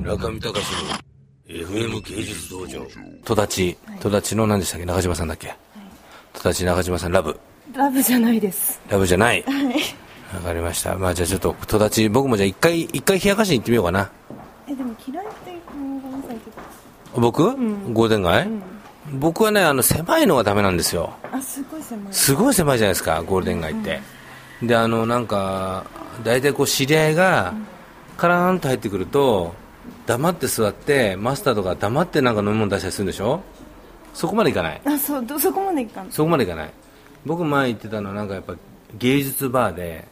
中見隆の FM 芸術道場。戸立、戸立の何でしたっけ中島さんだっけ戸立中島さんラブ。ラブじゃないです。ラブじゃない。わかりました。まあじゃあちょっと戸立、僕もじゃあ一回、一回冷やかしに行ってみようかな。え、でも嫌いってごめんなさいけど。僕、ゴーデン街、僕はね、あの、狭いのがダメなんですよ。あ、すごい狭い。 すごい狭いじゃないですかゴールデン街って、であのなんか大体こう知り合いがカラーンと入ってくると黙って座ってマスターとか黙ってなんか飲み物出したりするんでしょそこまでいかないあ、そう、どそこまで行ったんです。そこまでいかない僕前行ってたのはなんかやっぱ芸術バーで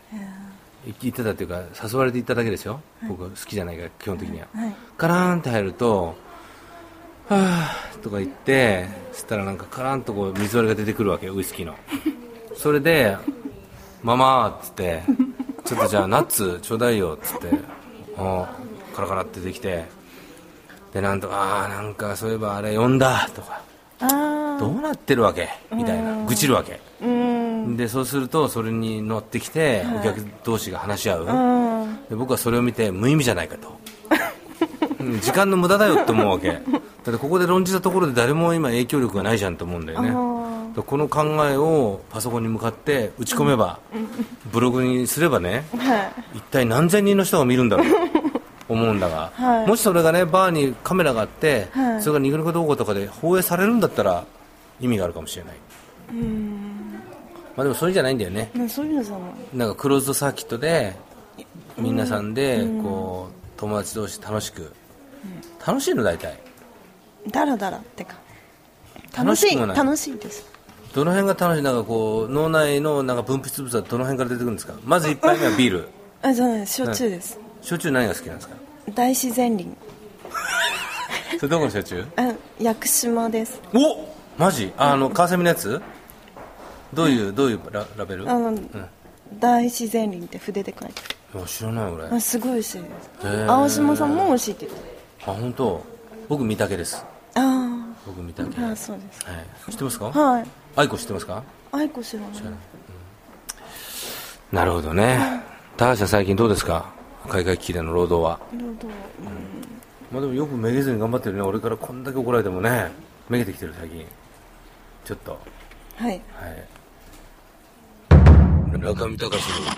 行ってたっていうか誘われて行っただけですよ、僕好きじゃないから基本的には、はいカラーンって入るとはぁとか言ってそしたらなんかカラーンとこう水割りが出てくるわけよウイスキーのそれで「ママ」っつって「ちょっとじゃあナッツちょうだいよ」っつってあーカラカラって出てきてでなんとああなんかそういえばあれ呼んだとかあどうなってるわけみたいな愚痴るわけー、うーん。でそうするとそれに乗ってきてお客同士が話し合う、うん。で僕はそれを見て無意味じゃないかとうん時間の無駄だよって思うわけだってここで論じたところで誰も今影響力がないじゃんと思うんだよねあーだからこの考えをパソコンに向かって打ち込めば、ブログにすればねはい。一体何千人の人が見るんだろう思うんだが、はいもしそれがねバーにカメラがあって、はいそれがニコニコ動画とかで放映されるんだったら意味があるかもしれないまあでもそれじゃないんだよねね、そういうのじゃない。なんかクローズドサーキットで皆さんでこう友達同士楽しく楽しいの大体だらだらってか。楽楽ししくい、もない楽しいです。どの辺が楽しいなんかこう脳内のなんか分泌物はどの辺から出てくるんですかまず1杯目はビ ールあ、じゃない、焼酎です。焼酎何が好きなんですか大自然林。それどこの焼酎あ、屋久島です。おマジああの川蝉のやつどういうどういうララベルああの、大自然林って筆で書いて知らない俺あある。すごい美味しいですへ。ー青島さんも美味しいって言って本当。僕見たけですた。あ僕見たけあ、はあいそうです。知ってますかはい。愛子知ってますか愛子知らない。なるほどね高橋さん最近どうですか海外危機での労働はなるほどまあでもよくめげずに頑張ってるね俺からこんだけ怒られてもねめげてきてる最近ちょっとははい。い中見隆の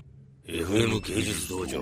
FM 芸術道場。